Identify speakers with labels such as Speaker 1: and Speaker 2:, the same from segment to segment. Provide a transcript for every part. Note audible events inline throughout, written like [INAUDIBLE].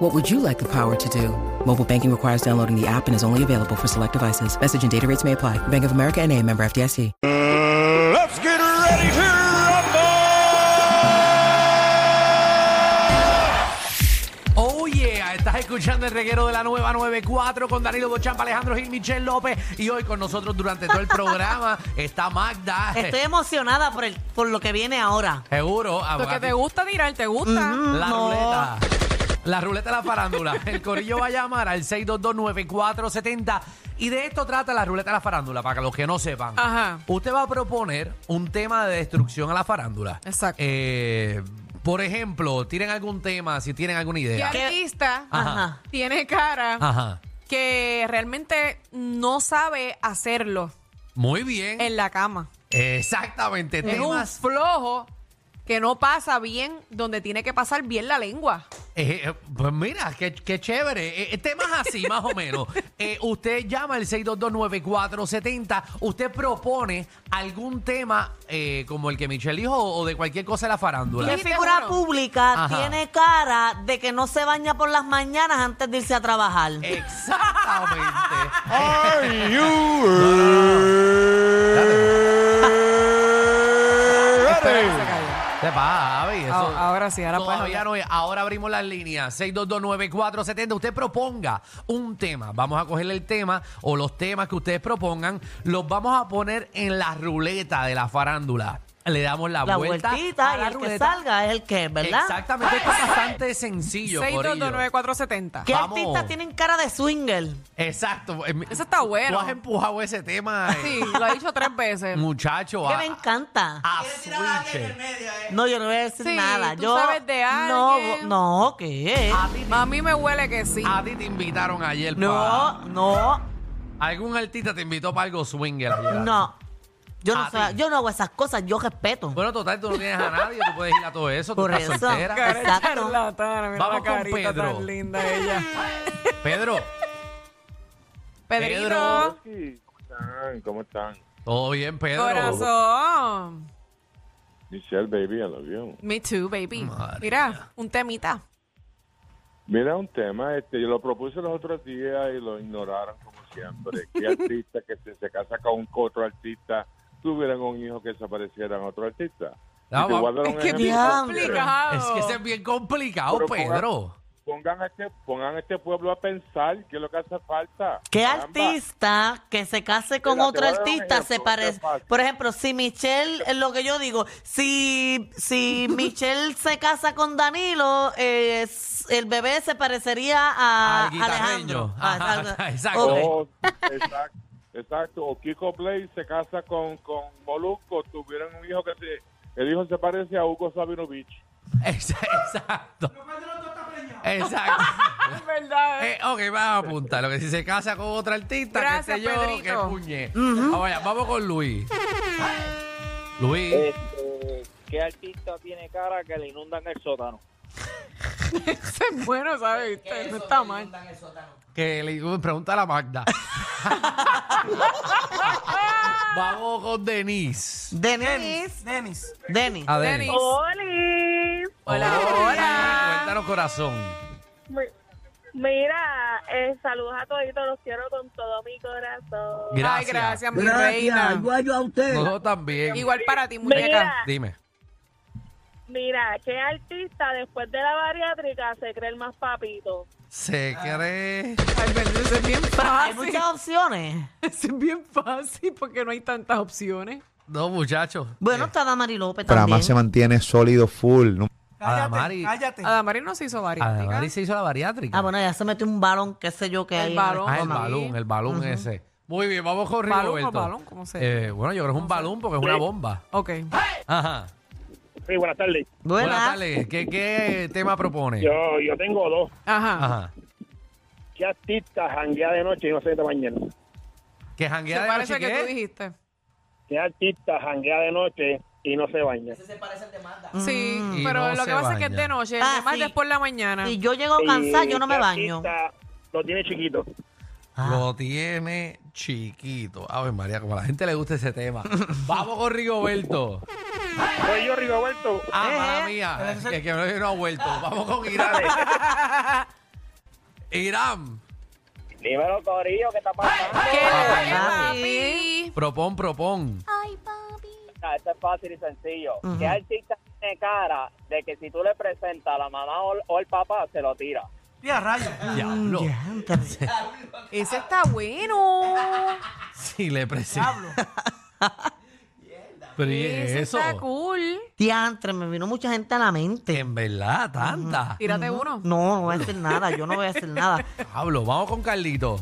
Speaker 1: What would you like the power to do? Mobile banking requires downloading the app and is only available for select devices. Message and data rates may apply. Bank of America and a member FDIC.
Speaker 2: Let's get ready to
Speaker 3: Oh yeah, estás escuchando el reguero de la nueva 94 con Danilo Bochampa, Alejandro Gil, Michelle López y hoy con nosotros durante todo el
Speaker 4: [LAUGHS]
Speaker 3: programa está Magda.
Speaker 5: Estoy emocionada por, el, por lo que viene ahora.
Speaker 3: Seguro, a-
Speaker 4: Lo que te gusta tirar, te gusta.
Speaker 3: la ruleta. La ruleta de la farándula. El corillo va a llamar al 6229470 y de esto trata la ruleta de la farándula, para que los que no sepan.
Speaker 4: Ajá.
Speaker 3: Usted va a proponer un tema de destrucción a la farándula.
Speaker 4: Exacto.
Speaker 3: Eh, por ejemplo, tienen algún tema, si tienen alguna
Speaker 4: ¿Qué
Speaker 3: idea.
Speaker 5: ¿Qué?
Speaker 4: artista
Speaker 3: Ajá.
Speaker 5: Ajá.
Speaker 4: tiene cara
Speaker 3: Ajá.
Speaker 4: que realmente no sabe hacerlo
Speaker 3: Muy bien.
Speaker 4: en la cama?
Speaker 3: Exactamente.
Speaker 4: Es un
Speaker 3: Temas
Speaker 4: flojo que no pasa bien donde tiene que pasar bien la lengua.
Speaker 3: Eh, eh, pues mira, qué, qué chévere. Eh, eh, temas así, más o menos. Eh, usted llama al 6229470. Usted propone algún tema eh, como el que Michelle dijo o de cualquier cosa de la farándula.
Speaker 5: ¿Qué
Speaker 4: Dijiste
Speaker 5: figura
Speaker 4: uno.
Speaker 5: pública
Speaker 3: Ajá.
Speaker 5: tiene cara de que no se baña por las mañanas antes de irse a trabajar?
Speaker 3: Eh, Exactamente.
Speaker 2: Are you ready?
Speaker 3: Te pasa, Javi, eso-
Speaker 4: Ah, ahora sí, ahora puedes
Speaker 3: todavía
Speaker 4: hablar.
Speaker 3: no es. Ahora abrimos las líneas. 6229470. Usted proponga un tema. Vamos a coger el tema o los temas que ustedes propongan. Los vamos a poner en la ruleta de la farándula. Le damos la,
Speaker 5: la
Speaker 3: vuelta.
Speaker 5: vueltita
Speaker 3: a
Speaker 5: y
Speaker 3: la
Speaker 5: el que
Speaker 3: ruleta.
Speaker 5: salga es el que, ¿verdad?
Speaker 3: Exactamente. Esto es bastante sencillo, corillo.
Speaker 4: 6229470.
Speaker 5: ¿Qué
Speaker 3: Vamos.
Speaker 5: artistas tienen cara de swinger?
Speaker 3: Exacto. Eh, mi-
Speaker 4: Eso está bueno.
Speaker 3: Tú has empujado ese tema,
Speaker 4: Sí,
Speaker 3: eh,
Speaker 4: lo ha dicho tres veces.
Speaker 3: muchacho.
Speaker 5: Que
Speaker 3: a-
Speaker 5: me encanta.
Speaker 3: a switch.
Speaker 5: No, yo no voy a decir
Speaker 4: Sí,
Speaker 5: nada.
Speaker 4: tú
Speaker 5: yo,
Speaker 4: sabes de alguien.
Speaker 5: No, no, ¿qué?
Speaker 3: A ti,
Speaker 4: A mí me huele que sí.
Speaker 3: a ti te invitaron ayer pa-
Speaker 5: No, no,
Speaker 3: ¿Algún artista te invitó para algo swinger? ayer?
Speaker 5: no. Yo
Speaker 3: A
Speaker 5: no, sé-
Speaker 3: ti.
Speaker 5: yo no hago esas cosas, yo respeto.
Speaker 3: Bueno, total, tú no tienes a nadie, tú puedes ir a todo eso, tú
Speaker 5: Por
Speaker 3: estás
Speaker 5: eso.
Speaker 3: soltera.
Speaker 4: Cara de
Speaker 5: exacto.
Speaker 4: charlatana, mira
Speaker 3: Vamos
Speaker 4: la
Speaker 3: con
Speaker 4: carita
Speaker 3: Pedro. [LAUGHS]
Speaker 4: tan linda ella.
Speaker 3: Pedro,
Speaker 4: Pedrito,
Speaker 3: Pedro.
Speaker 6: Sí, ¿cómo están? ¿Cómo están?
Speaker 3: todo bien, Pedro.
Speaker 4: corazón.
Speaker 6: Michelle, baby, al avión.
Speaker 4: Me too, baby.
Speaker 3: Madre
Speaker 4: Mira, un temita.
Speaker 6: Mira, un tema, este, yo lo propuse los otros días y lo ignoraron como siempre.
Speaker 2: [LAUGHS]
Speaker 6: ¿Qué artista que si se casa con otro artista tuvieran un hijo que se pareciera a otro artista? Y
Speaker 3: Ah,
Speaker 6: te
Speaker 3: va-
Speaker 6: voy a dar
Speaker 4: Es
Speaker 6: un
Speaker 4: que es bien
Speaker 6: ejemplo.
Speaker 4: complicado.
Speaker 3: Es que ese es bien complicado,
Speaker 6: Pero ponga-
Speaker 3: Pedro. [LAUGHS]
Speaker 6: Pongan a, este, pongan a este pueblo a pensar qué es lo que hace falta.
Speaker 5: ¿Qué
Speaker 6: Caramba.
Speaker 5: artista que se case con
Speaker 6: Mira, te
Speaker 5: otro
Speaker 6: voy a dar un
Speaker 5: artista se
Speaker 6: ejemplo, que
Speaker 5: parece?
Speaker 6: es fácil.
Speaker 5: Por ejemplo, si Michelle, es lo que yo digo, si,
Speaker 6: [LAUGHS]
Speaker 5: si Michelle se casa con Danilo, eh, es- el bebé se parecería a
Speaker 3: Al guitarreño.
Speaker 5: Alejandro.
Speaker 3: Ajá,
Speaker 5: Ah, algo-
Speaker 3: [LAUGHS] exacto.
Speaker 5: Ok.
Speaker 6: [LAUGHS] O, exacto, exacto. O Kiko Play se casa con, con Molusco, tuvieran un hijo que se, el hijo se parece a Hugo Sabinovich.
Speaker 3: Ex- Exacto. Exacto. [LAUGHS]
Speaker 4: Es verdad.
Speaker 3: Eh, ok, vamos a apuntar. Lo que si se casa con otra artista,
Speaker 4: Gracias,
Speaker 3: que sé yo,
Speaker 4: Pedrito.
Speaker 3: que puñe. Ahora, vamos con Luis. Luis.
Speaker 7: Este, ¿Qué artista tiene cara que le inundan el sótano?
Speaker 4: [LAUGHS] Ese es bueno, ¿sabes? Este, no está mal.
Speaker 3: Que le digo, pregunta a la
Speaker 4: [LAUGHS]
Speaker 3: Magda. Vamos con Denise.
Speaker 5: Denis. Denis.
Speaker 3: A
Speaker 4: Denis.
Speaker 3: Denise.
Speaker 8: Oli,
Speaker 3: Hola, hola. Cuéntanos corazón.
Speaker 8: Mi- Mira, eh, saludos a toditos, los quiero con todo mi corazón.
Speaker 3: Gracias.
Speaker 4: Ay, gracias, mi reina.
Speaker 3: Nosotros también.
Speaker 4: Igual para ti, muñeca.
Speaker 8: Mira,
Speaker 3: Dime.
Speaker 8: mira, ¿qué artista después de la bariátrica se cree el más papito?
Speaker 3: ¿Se cree?
Speaker 4: Ay, perdón, eso es bien
Speaker 6: Ah,
Speaker 5: Hay
Speaker 4: fácil. [LAUGHS]
Speaker 5: muchas opciones.
Speaker 4: Eso es bien fácil porque no hay tantas opciones.
Speaker 3: No, muchachos.
Speaker 5: Bueno,
Speaker 3: Eh,
Speaker 5: está Damari López
Speaker 9: Además se
Speaker 5: también.
Speaker 9: mantiene sólido full. No-
Speaker 3: Adamari,
Speaker 4: Adamari no se hizo bariátrica.
Speaker 3: Adamari se hizo la bariátrica.
Speaker 5: Ah, bueno, ya se metió un balón, qué sé yo, que
Speaker 4: El
Speaker 5: hay.
Speaker 4: balón.
Speaker 3: Ah, el
Speaker 4: Toma.
Speaker 3: balón, el balón ese. Muy bien, vamos con
Speaker 4: Balón o
Speaker 3: Rigoberto.
Speaker 4: balón, como sea.
Speaker 3: Eh, bueno, yo creo que es un balón porque es una bomba.
Speaker 4: Ok.
Speaker 3: Ajá.
Speaker 7: Sí, buenas tardes.
Speaker 5: Buenas.
Speaker 3: Buenas tardes. ¿Qué, qué tema propone?
Speaker 7: Yo, yo tengo dos.
Speaker 4: Ajá.
Speaker 3: Ajá.
Speaker 7: ¿Qué artista janguea de noche y no se de mañana?
Speaker 3: Que
Speaker 4: Se
Speaker 3: janguea de
Speaker 4: parece
Speaker 3: noche,
Speaker 4: que tú
Speaker 3: ¿qué?
Speaker 4: dijiste.
Speaker 7: ¿Qué artista janguea de noche y no se baña?
Speaker 4: Sí,
Speaker 3: Mm. Y
Speaker 4: pero
Speaker 3: no
Speaker 4: lo que
Speaker 3: se
Speaker 4: pasa es que es
Speaker 3: baña.
Speaker 4: de noche,
Speaker 5: Ah,
Speaker 4: además
Speaker 5: sí.
Speaker 4: después de la mañana.
Speaker 5: Si yo llego cansada,
Speaker 7: ¿Y
Speaker 5: yo no me
Speaker 7: qué
Speaker 5: baño.
Speaker 7: artista Lo tiene chiquito.
Speaker 4: Ah.
Speaker 3: Lo tiene chiquito. A ver, María, como a la gente le gusta ese
Speaker 4: [LAUGHS]
Speaker 3: tema. Vamos con Rigoberto.
Speaker 4: Eh,
Speaker 7: Soy yo, Rigoberto.
Speaker 3: Ah,
Speaker 5: Eh,
Speaker 3: mala
Speaker 5: eh.
Speaker 3: mía. Es que no, no ha vuelto. Vamos con
Speaker 4: [LAUGHS]
Speaker 3: Irán. Irán,
Speaker 7: Dímelo, Corillo, ¿qué está pasando?
Speaker 5: Ay,
Speaker 4: ¿Qué le pasa,
Speaker 5: papi.
Speaker 4: papi?
Speaker 3: propón, propón.
Speaker 7: Ah, Esto es fácil y sencillo. ¿Qué artista tiene cara de que si tú le presentas a la mamá o, o el papá, se lo tira?
Speaker 4: Ah.
Speaker 3: Diablo.
Speaker 4: Ese está bueno.
Speaker 3: Si le presento. [LAUGHS] Pero ¿y
Speaker 4: Ese
Speaker 3: eso?
Speaker 4: está cool.
Speaker 5: Diantre, me vino mucha gente a la mente.
Speaker 3: En verdad, tanta.
Speaker 4: Tírate uno.
Speaker 5: No, no voy a hacer nada, yo no voy a hacer
Speaker 3: [LAUGHS]
Speaker 5: nada.
Speaker 3: Pablo, vamos con Carlito.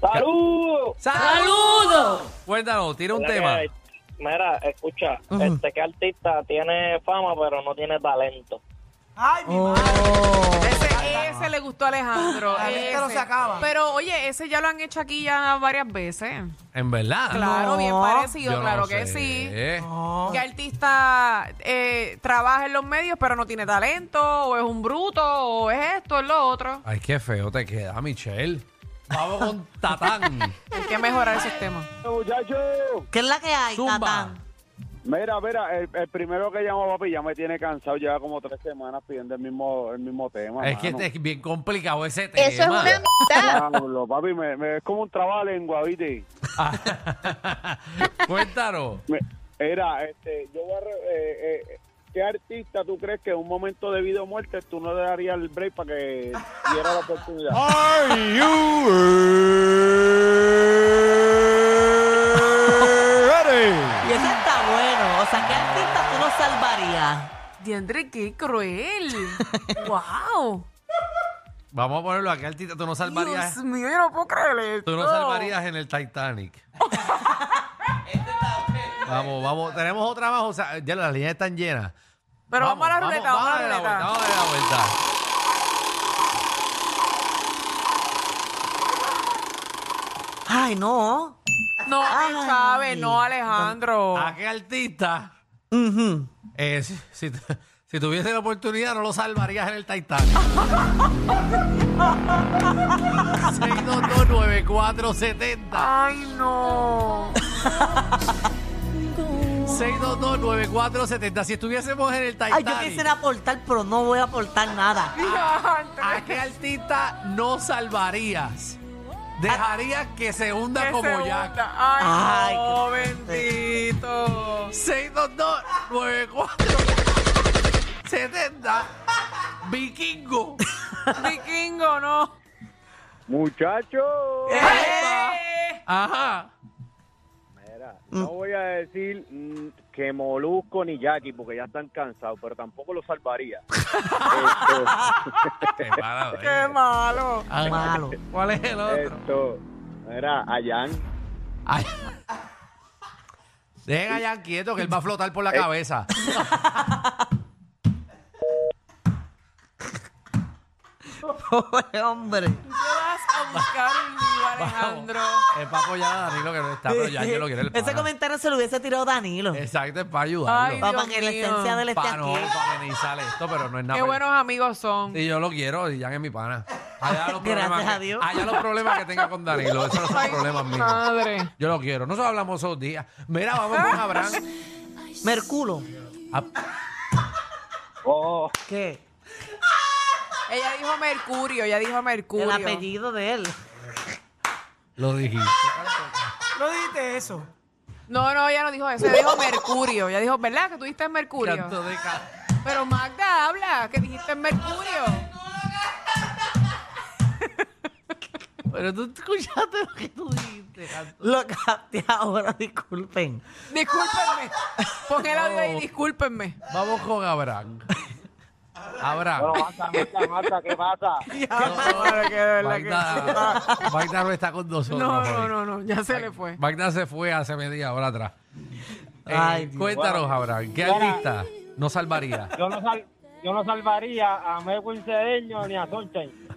Speaker 7: ¡Saludos!
Speaker 3: ¡Saludos! Cuéntanos, tira un
Speaker 7: Mira
Speaker 3: tema.
Speaker 7: que- Mira, escucha,
Speaker 5: Ujú.
Speaker 7: este que artista tiene fama pero no tiene talento.
Speaker 4: Ese, ese le gustó a Ah, Alejandro. ese. Pero oye, ese ya lo han hecho aquí ya varias veces.
Speaker 3: En verdad.
Speaker 4: Claro, bien
Speaker 5: No.
Speaker 4: parecido,
Speaker 3: Yo
Speaker 4: claro
Speaker 3: no
Speaker 4: que
Speaker 3: sé.
Speaker 4: sí. ¿Qué artista eh, trabaja en los medios pero no tiene talento? ¿O es un bruto? ¿O es esto? ¿O es lo otro?
Speaker 3: Ay, qué feo te queda, Michelle. Vamos con
Speaker 4: [LAUGHS]
Speaker 3: Tatán.
Speaker 4: Hay que mejorar esos temas.
Speaker 6: Muchachos,
Speaker 5: ¿Qué es la que hay,
Speaker 3: Zumba.
Speaker 5: Tatán?
Speaker 6: mira, mira, el, el primero que llamó papi ya me tiene cansado, lleva como tres semanas pidiendo el mismo, el mismo tema.
Speaker 3: Es que
Speaker 6: mano.
Speaker 3: este es bien complicado ese tema.
Speaker 10: Eso es una amistad.
Speaker 6: Diablo, papi, me, me- es como un trabajo lengua, ¿viste?
Speaker 3: [LAUGHS] Cuéntanos.
Speaker 6: Me- Era, este, yo voy a re- eh, eh, ¿qué artista tú crees que en un momento de vida o muerte tú no le darías el break para que diera la [LAUGHS] oportunidad?
Speaker 2: Are you ready?
Speaker 5: Y ese está bueno. O sea, ¿qué artista tú lo salvarías?
Speaker 4: [LAUGHS] Diandre, qué [LAUGHS] cruel. wow.
Speaker 3: Vamos a ponerlo aquí, Altita. Tú no salvarías.
Speaker 4: Dios mío, yo no puedo creer
Speaker 3: Tú no
Speaker 4: esto.
Speaker 3: salvarías en el
Speaker 4: [LAUGHS]
Speaker 3: Titanic. vamos, vamos. Tenemos otra más. O sea, ya las líneas están llenas.
Speaker 4: Pero vamos, a la ruleta, vamos, a la
Speaker 3: darle
Speaker 4: ruleta.
Speaker 3: vuelta, vamos a darle la vuelta.
Speaker 5: Ay, no.
Speaker 4: No,
Speaker 5: Ay.
Speaker 4: Chávez, no, Alejandro.
Speaker 3: ¿A qué artista?
Speaker 5: Ujú.
Speaker 3: eh, si, si tu- si tuviese la oportunidad, no lo salvarías en el Titanic. 6229470.
Speaker 4: Ay, no.
Speaker 3: 6229470. Si estuviésemos en el
Speaker 5: Ay,
Speaker 3: Titanic.
Speaker 5: yo quisiera aportar, pero no voy a aportar
Speaker 3: [LAUGHS]
Speaker 5: nada.
Speaker 4: Diantre.
Speaker 3: ¿A qué artista no salvarías? Dejarías que se hunda
Speaker 4: Que
Speaker 3: como
Speaker 4: se
Speaker 3: ya.
Speaker 4: hunda. Ay,
Speaker 5: Ay,
Speaker 4: no,
Speaker 5: qué
Speaker 4: bendito.
Speaker 3: 6229470. Vikingo.
Speaker 4: Vikingo, no.
Speaker 6: Muchachos,
Speaker 4: Eh.
Speaker 3: Ajá.
Speaker 6: no voy a decir mm, que Molusco ni Jackie porque ya están cansados, pero tampoco lo salvaría.
Speaker 3: Qué malo.
Speaker 4: Qué malo.
Speaker 3: Ah, [LAUGHS]
Speaker 5: Malo.
Speaker 3: ¿Cuál es el
Speaker 6: esto,
Speaker 5: Eh,
Speaker 3: otro?
Speaker 6: esto, mira, Ayan,
Speaker 3: Ay. Dejen a Jan quieto que él va a flotar por la
Speaker 5: Eh,
Speaker 3: cabeza.
Speaker 5: Pobre hombre.
Speaker 4: Te vas a buscar un lío, Alejandro.
Speaker 3: Es para apoyar a Danilo que no está, Ah, pero ya yo lo quiero el
Speaker 5: Ese
Speaker 3: pana.
Speaker 5: comentario se lo hubiese tirado Danilo.
Speaker 3: Exacto, es para ayudarlo.
Speaker 4: Ay,
Speaker 5: Para
Speaker 4: Dios
Speaker 5: que la
Speaker 4: mío.
Speaker 5: esencia de él esté
Speaker 3: para no,
Speaker 5: este aquí.
Speaker 3: para amenizar esto, pero no es nada.
Speaker 4: Qué
Speaker 3: per-
Speaker 4: buenos amigos son.
Speaker 3: Y yo lo quiero, y Jan es mi pana. Allá los problemas
Speaker 5: Gracias a
Speaker 3: que-
Speaker 5: Dios.
Speaker 3: Allá los problemas que tenga con Danilo, esos no son
Speaker 4: Ay,
Speaker 3: problemas míos.
Speaker 4: Madre.
Speaker 3: Yo lo quiero, nosotros hablamos esos días. Mira, vamos con Abraham.
Speaker 5: Merculo.
Speaker 3: Ah,
Speaker 5: ¿Qué?
Speaker 4: Ella dijo Mercurio, ella dijo Mercurio.
Speaker 5: El apellido de él.
Speaker 3: lo dijiste.
Speaker 4: No, no, ella no dijo eso, ella dijo Mercurio. Ella dijo, ¿verdad? Que tú dijiste Mercurio.
Speaker 3: Canto de ca-
Speaker 4: Pero Magda habla, que dijiste Mercurio.
Speaker 3: Pero tú escuchaste lo que tú dijiste. canto.
Speaker 5: Lo capté ahora, [LAUGHS] disculpen.
Speaker 4: Discúlpenme. Pon el audio ahí, discúlpenme.
Speaker 3: Vamos con Abraham. Abraham.
Speaker 7: Marta, Marta, Marta, ¿qué pasa?
Speaker 4: Madre, Ah, que de verdad que-
Speaker 3: Magda, Magda no está con nosotros.
Speaker 4: No,
Speaker 3: hoy.
Speaker 4: no, no, no, ya se le fue.
Speaker 3: Magda se fue hace media hora atrás. Eh,
Speaker 5: Ay, Dios.
Speaker 3: cuéntanos, Abraham, ¿qué artista no
Speaker 4: [LAUGHS]
Speaker 3: salvaría?
Speaker 7: Yo no, sal- yo no salvaría a Melwin Cedeño ni a Sunshine.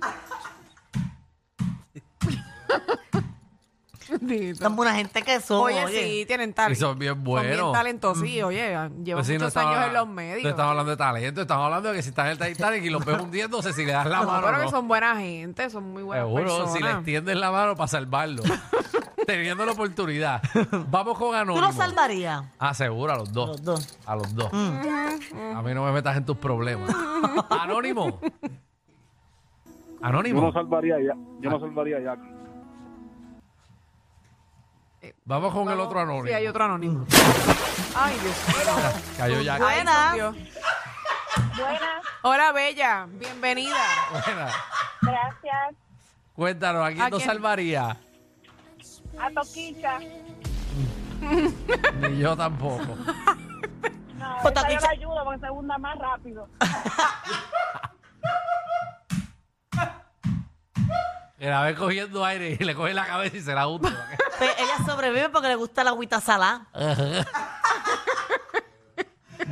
Speaker 5: Tan buena gente que son.
Speaker 4: Oye, sí, tienen talento.
Speaker 3: Y son bien
Speaker 4: Son bien
Speaker 3: buenos.
Speaker 4: talentosos, sí, oye. Llevan
Speaker 3: Pues sí, no
Speaker 4: muchos
Speaker 3: estaba-
Speaker 4: años en los
Speaker 3: No
Speaker 4: medios.
Speaker 3: estamos hablando de talento, estamos hablando de que si estás en el Titanic y los ves hundiéndose, si le das la
Speaker 4: No,
Speaker 3: mano.
Speaker 4: pero
Speaker 3: no.
Speaker 4: que son buena gente, son muy buenas
Speaker 3: Seguro,
Speaker 4: personas.
Speaker 3: si le extiendes la mano para salvarlo. [LAUGHS] Teniendo la oportunidad. Vamos con
Speaker 5: ¿Tú
Speaker 3: Anónimo.
Speaker 5: lo salvarías?
Speaker 3: Ah, seguro, a los dos.
Speaker 5: Los dos. Mm.
Speaker 3: A los dos. A mí no me metas en tus
Speaker 4: [LAUGHS]
Speaker 3: problemas. Anónimo.
Speaker 6: Yo no
Speaker 3: Anónimo.
Speaker 6: salvaría ya. Yo no salvaría ya.
Speaker 3: Vamos con el otro anónimo.
Speaker 4: Sí, hay otro anónimo. Ay, Dios mío.
Speaker 3: Cayó ya.
Speaker 5: Ay, Buenas.
Speaker 4: Dios.
Speaker 8: Buenas,
Speaker 4: Hola, Bella. Bienvenida.
Speaker 3: Buena.
Speaker 8: gracias.
Speaker 3: Cuéntanos, ¿a quién
Speaker 4: ¿A
Speaker 3: no
Speaker 4: quién?
Speaker 3: salvaría?
Speaker 8: A Toquicha.
Speaker 3: Ni yo tampoco.
Speaker 8: No,
Speaker 5: Pues
Speaker 8: esa yo
Speaker 5: Toquicha-
Speaker 8: la ayudo porque se hunda más rápido.
Speaker 3: Que la ves cogiendo aire y le coge la cabeza y se la gusta.
Speaker 5: Pe- Pues, ella sobrevive porque le gusta la agüita salada.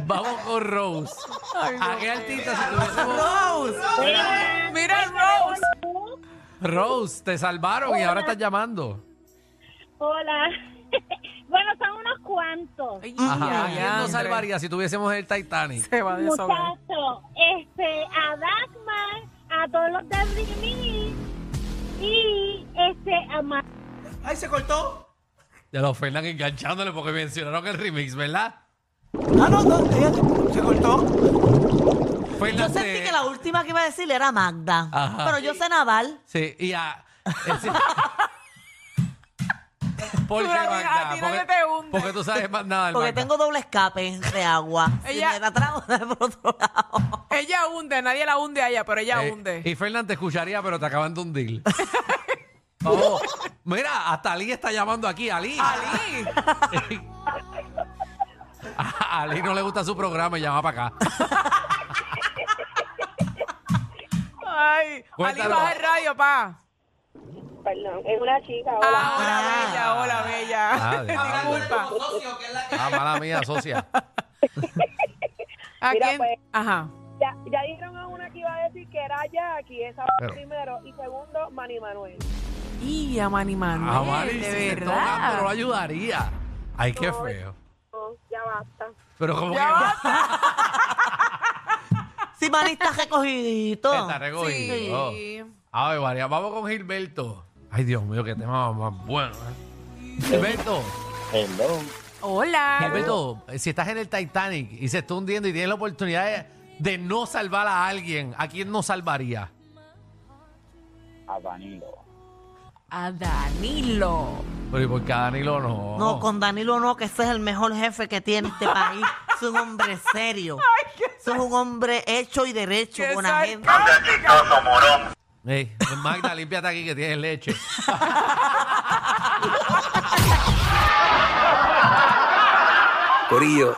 Speaker 3: Vamos con Rose. ¿A qué artista si tuviésemos-
Speaker 4: Mira, Rose.
Speaker 3: Rose, te salvaron y ahora estás llamando.
Speaker 8: Hola. [LAUGHS] bueno, son unos cuantos.
Speaker 4: Ay,
Speaker 3: Ajá. ¿A
Speaker 4: ya,
Speaker 3: quién no
Speaker 4: Andrés.
Speaker 3: salvaría si tuviésemos el Titanic?
Speaker 4: Se va de sobra.
Speaker 8: Muchachos, este, a Dagmar, a todos los de Brimini y este, a Ma-
Speaker 3: Ya lo Fernan enganchándole porque mencionaron el remix, ¿verdad? Ah, no, no, se cortó.
Speaker 5: Yo sentí que la última que iba a decir era Magda.
Speaker 3: Ajá.
Speaker 5: Pero yo sé naval.
Speaker 3: Sí, y a. eh,
Speaker 4: [LAUGHS]
Speaker 3: sí. ¿Por qué,
Speaker 4: Tú la-
Speaker 3: Magda?
Speaker 4: a ti no
Speaker 3: porque,
Speaker 4: se te hunde.
Speaker 3: porque tú sabes más nada. del
Speaker 5: Porque
Speaker 3: Magda.
Speaker 5: tengo doble escape de agua.
Speaker 4: Ella-
Speaker 5: Si me la trago, dale por otro lado.
Speaker 4: Ella hunde, nadie la hunde a ella, pero ella
Speaker 3: Eh,
Speaker 4: hunde.
Speaker 3: Y Fernan te escucharía, pero te acaban de
Speaker 4: [LAUGHS]
Speaker 3: hundir. Vamos. Mira, hasta Ali está llamando aquí. Ali.
Speaker 4: Ali.
Speaker 3: [LAUGHS] A Ali no le gusta su programa y llama para acá.
Speaker 4: Ay, Ali
Speaker 3: Cuéntalo.
Speaker 4: baja el radio, pa.
Speaker 8: Perdón, es una chica.
Speaker 4: Ah, hola, bella, hola, bella.
Speaker 3: Ah, diablo.
Speaker 4: Disculpa.
Speaker 3: Ah, mala mía, socia.
Speaker 4: ¿A
Speaker 8: Mira,
Speaker 4: quién?
Speaker 8: pues.
Speaker 4: Ajá.
Speaker 8: Ya, ya dijeron a una que iba a decir que era Jackie, esa
Speaker 3: Pero-
Speaker 8: primero. Y segundo, Manny Manuel.
Speaker 4: Y a Manny Manuel,
Speaker 3: Ah, Mari, si
Speaker 4: de
Speaker 3: te tocan,
Speaker 4: verdad.
Speaker 3: pero lo ayudaría. Ay, qué feo.
Speaker 8: No, ya basta.
Speaker 3: Pero como que
Speaker 4: Ya basta.
Speaker 5: Si Manny está recogidito.
Speaker 3: está recogido.
Speaker 4: Sí.
Speaker 3: A ver, María, vamos con Gilberto. Ay, Dios mío, qué tema más bueno. ¿eh? Gilberto,
Speaker 6: Hello.
Speaker 4: Hola.
Speaker 3: Gilberto, eh, si estás en el Titanic y se está hundiendo y tienes la oportunidad de, de no salvar a alguien, ¿a quién no salvaría?
Speaker 6: A Danilo.
Speaker 4: A Danilo.
Speaker 3: Pero ¿y por qué a Danilo no?
Speaker 5: No, con Danilo no, que ese es el mejor jefe que tiene este país. es un hombre serio. es un hombre hecho y derecho,
Speaker 4: Qué
Speaker 5: buena gente.
Speaker 3: Ey, pues Magda, límpiate aquí que tienes leche.
Speaker 10: Corillo,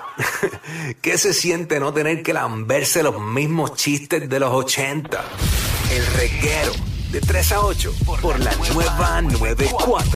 Speaker 10: ¿qué se siente no tener que lamberse los mismos chistes de los 80? El reguero de 3 a 8 por la nueva 94.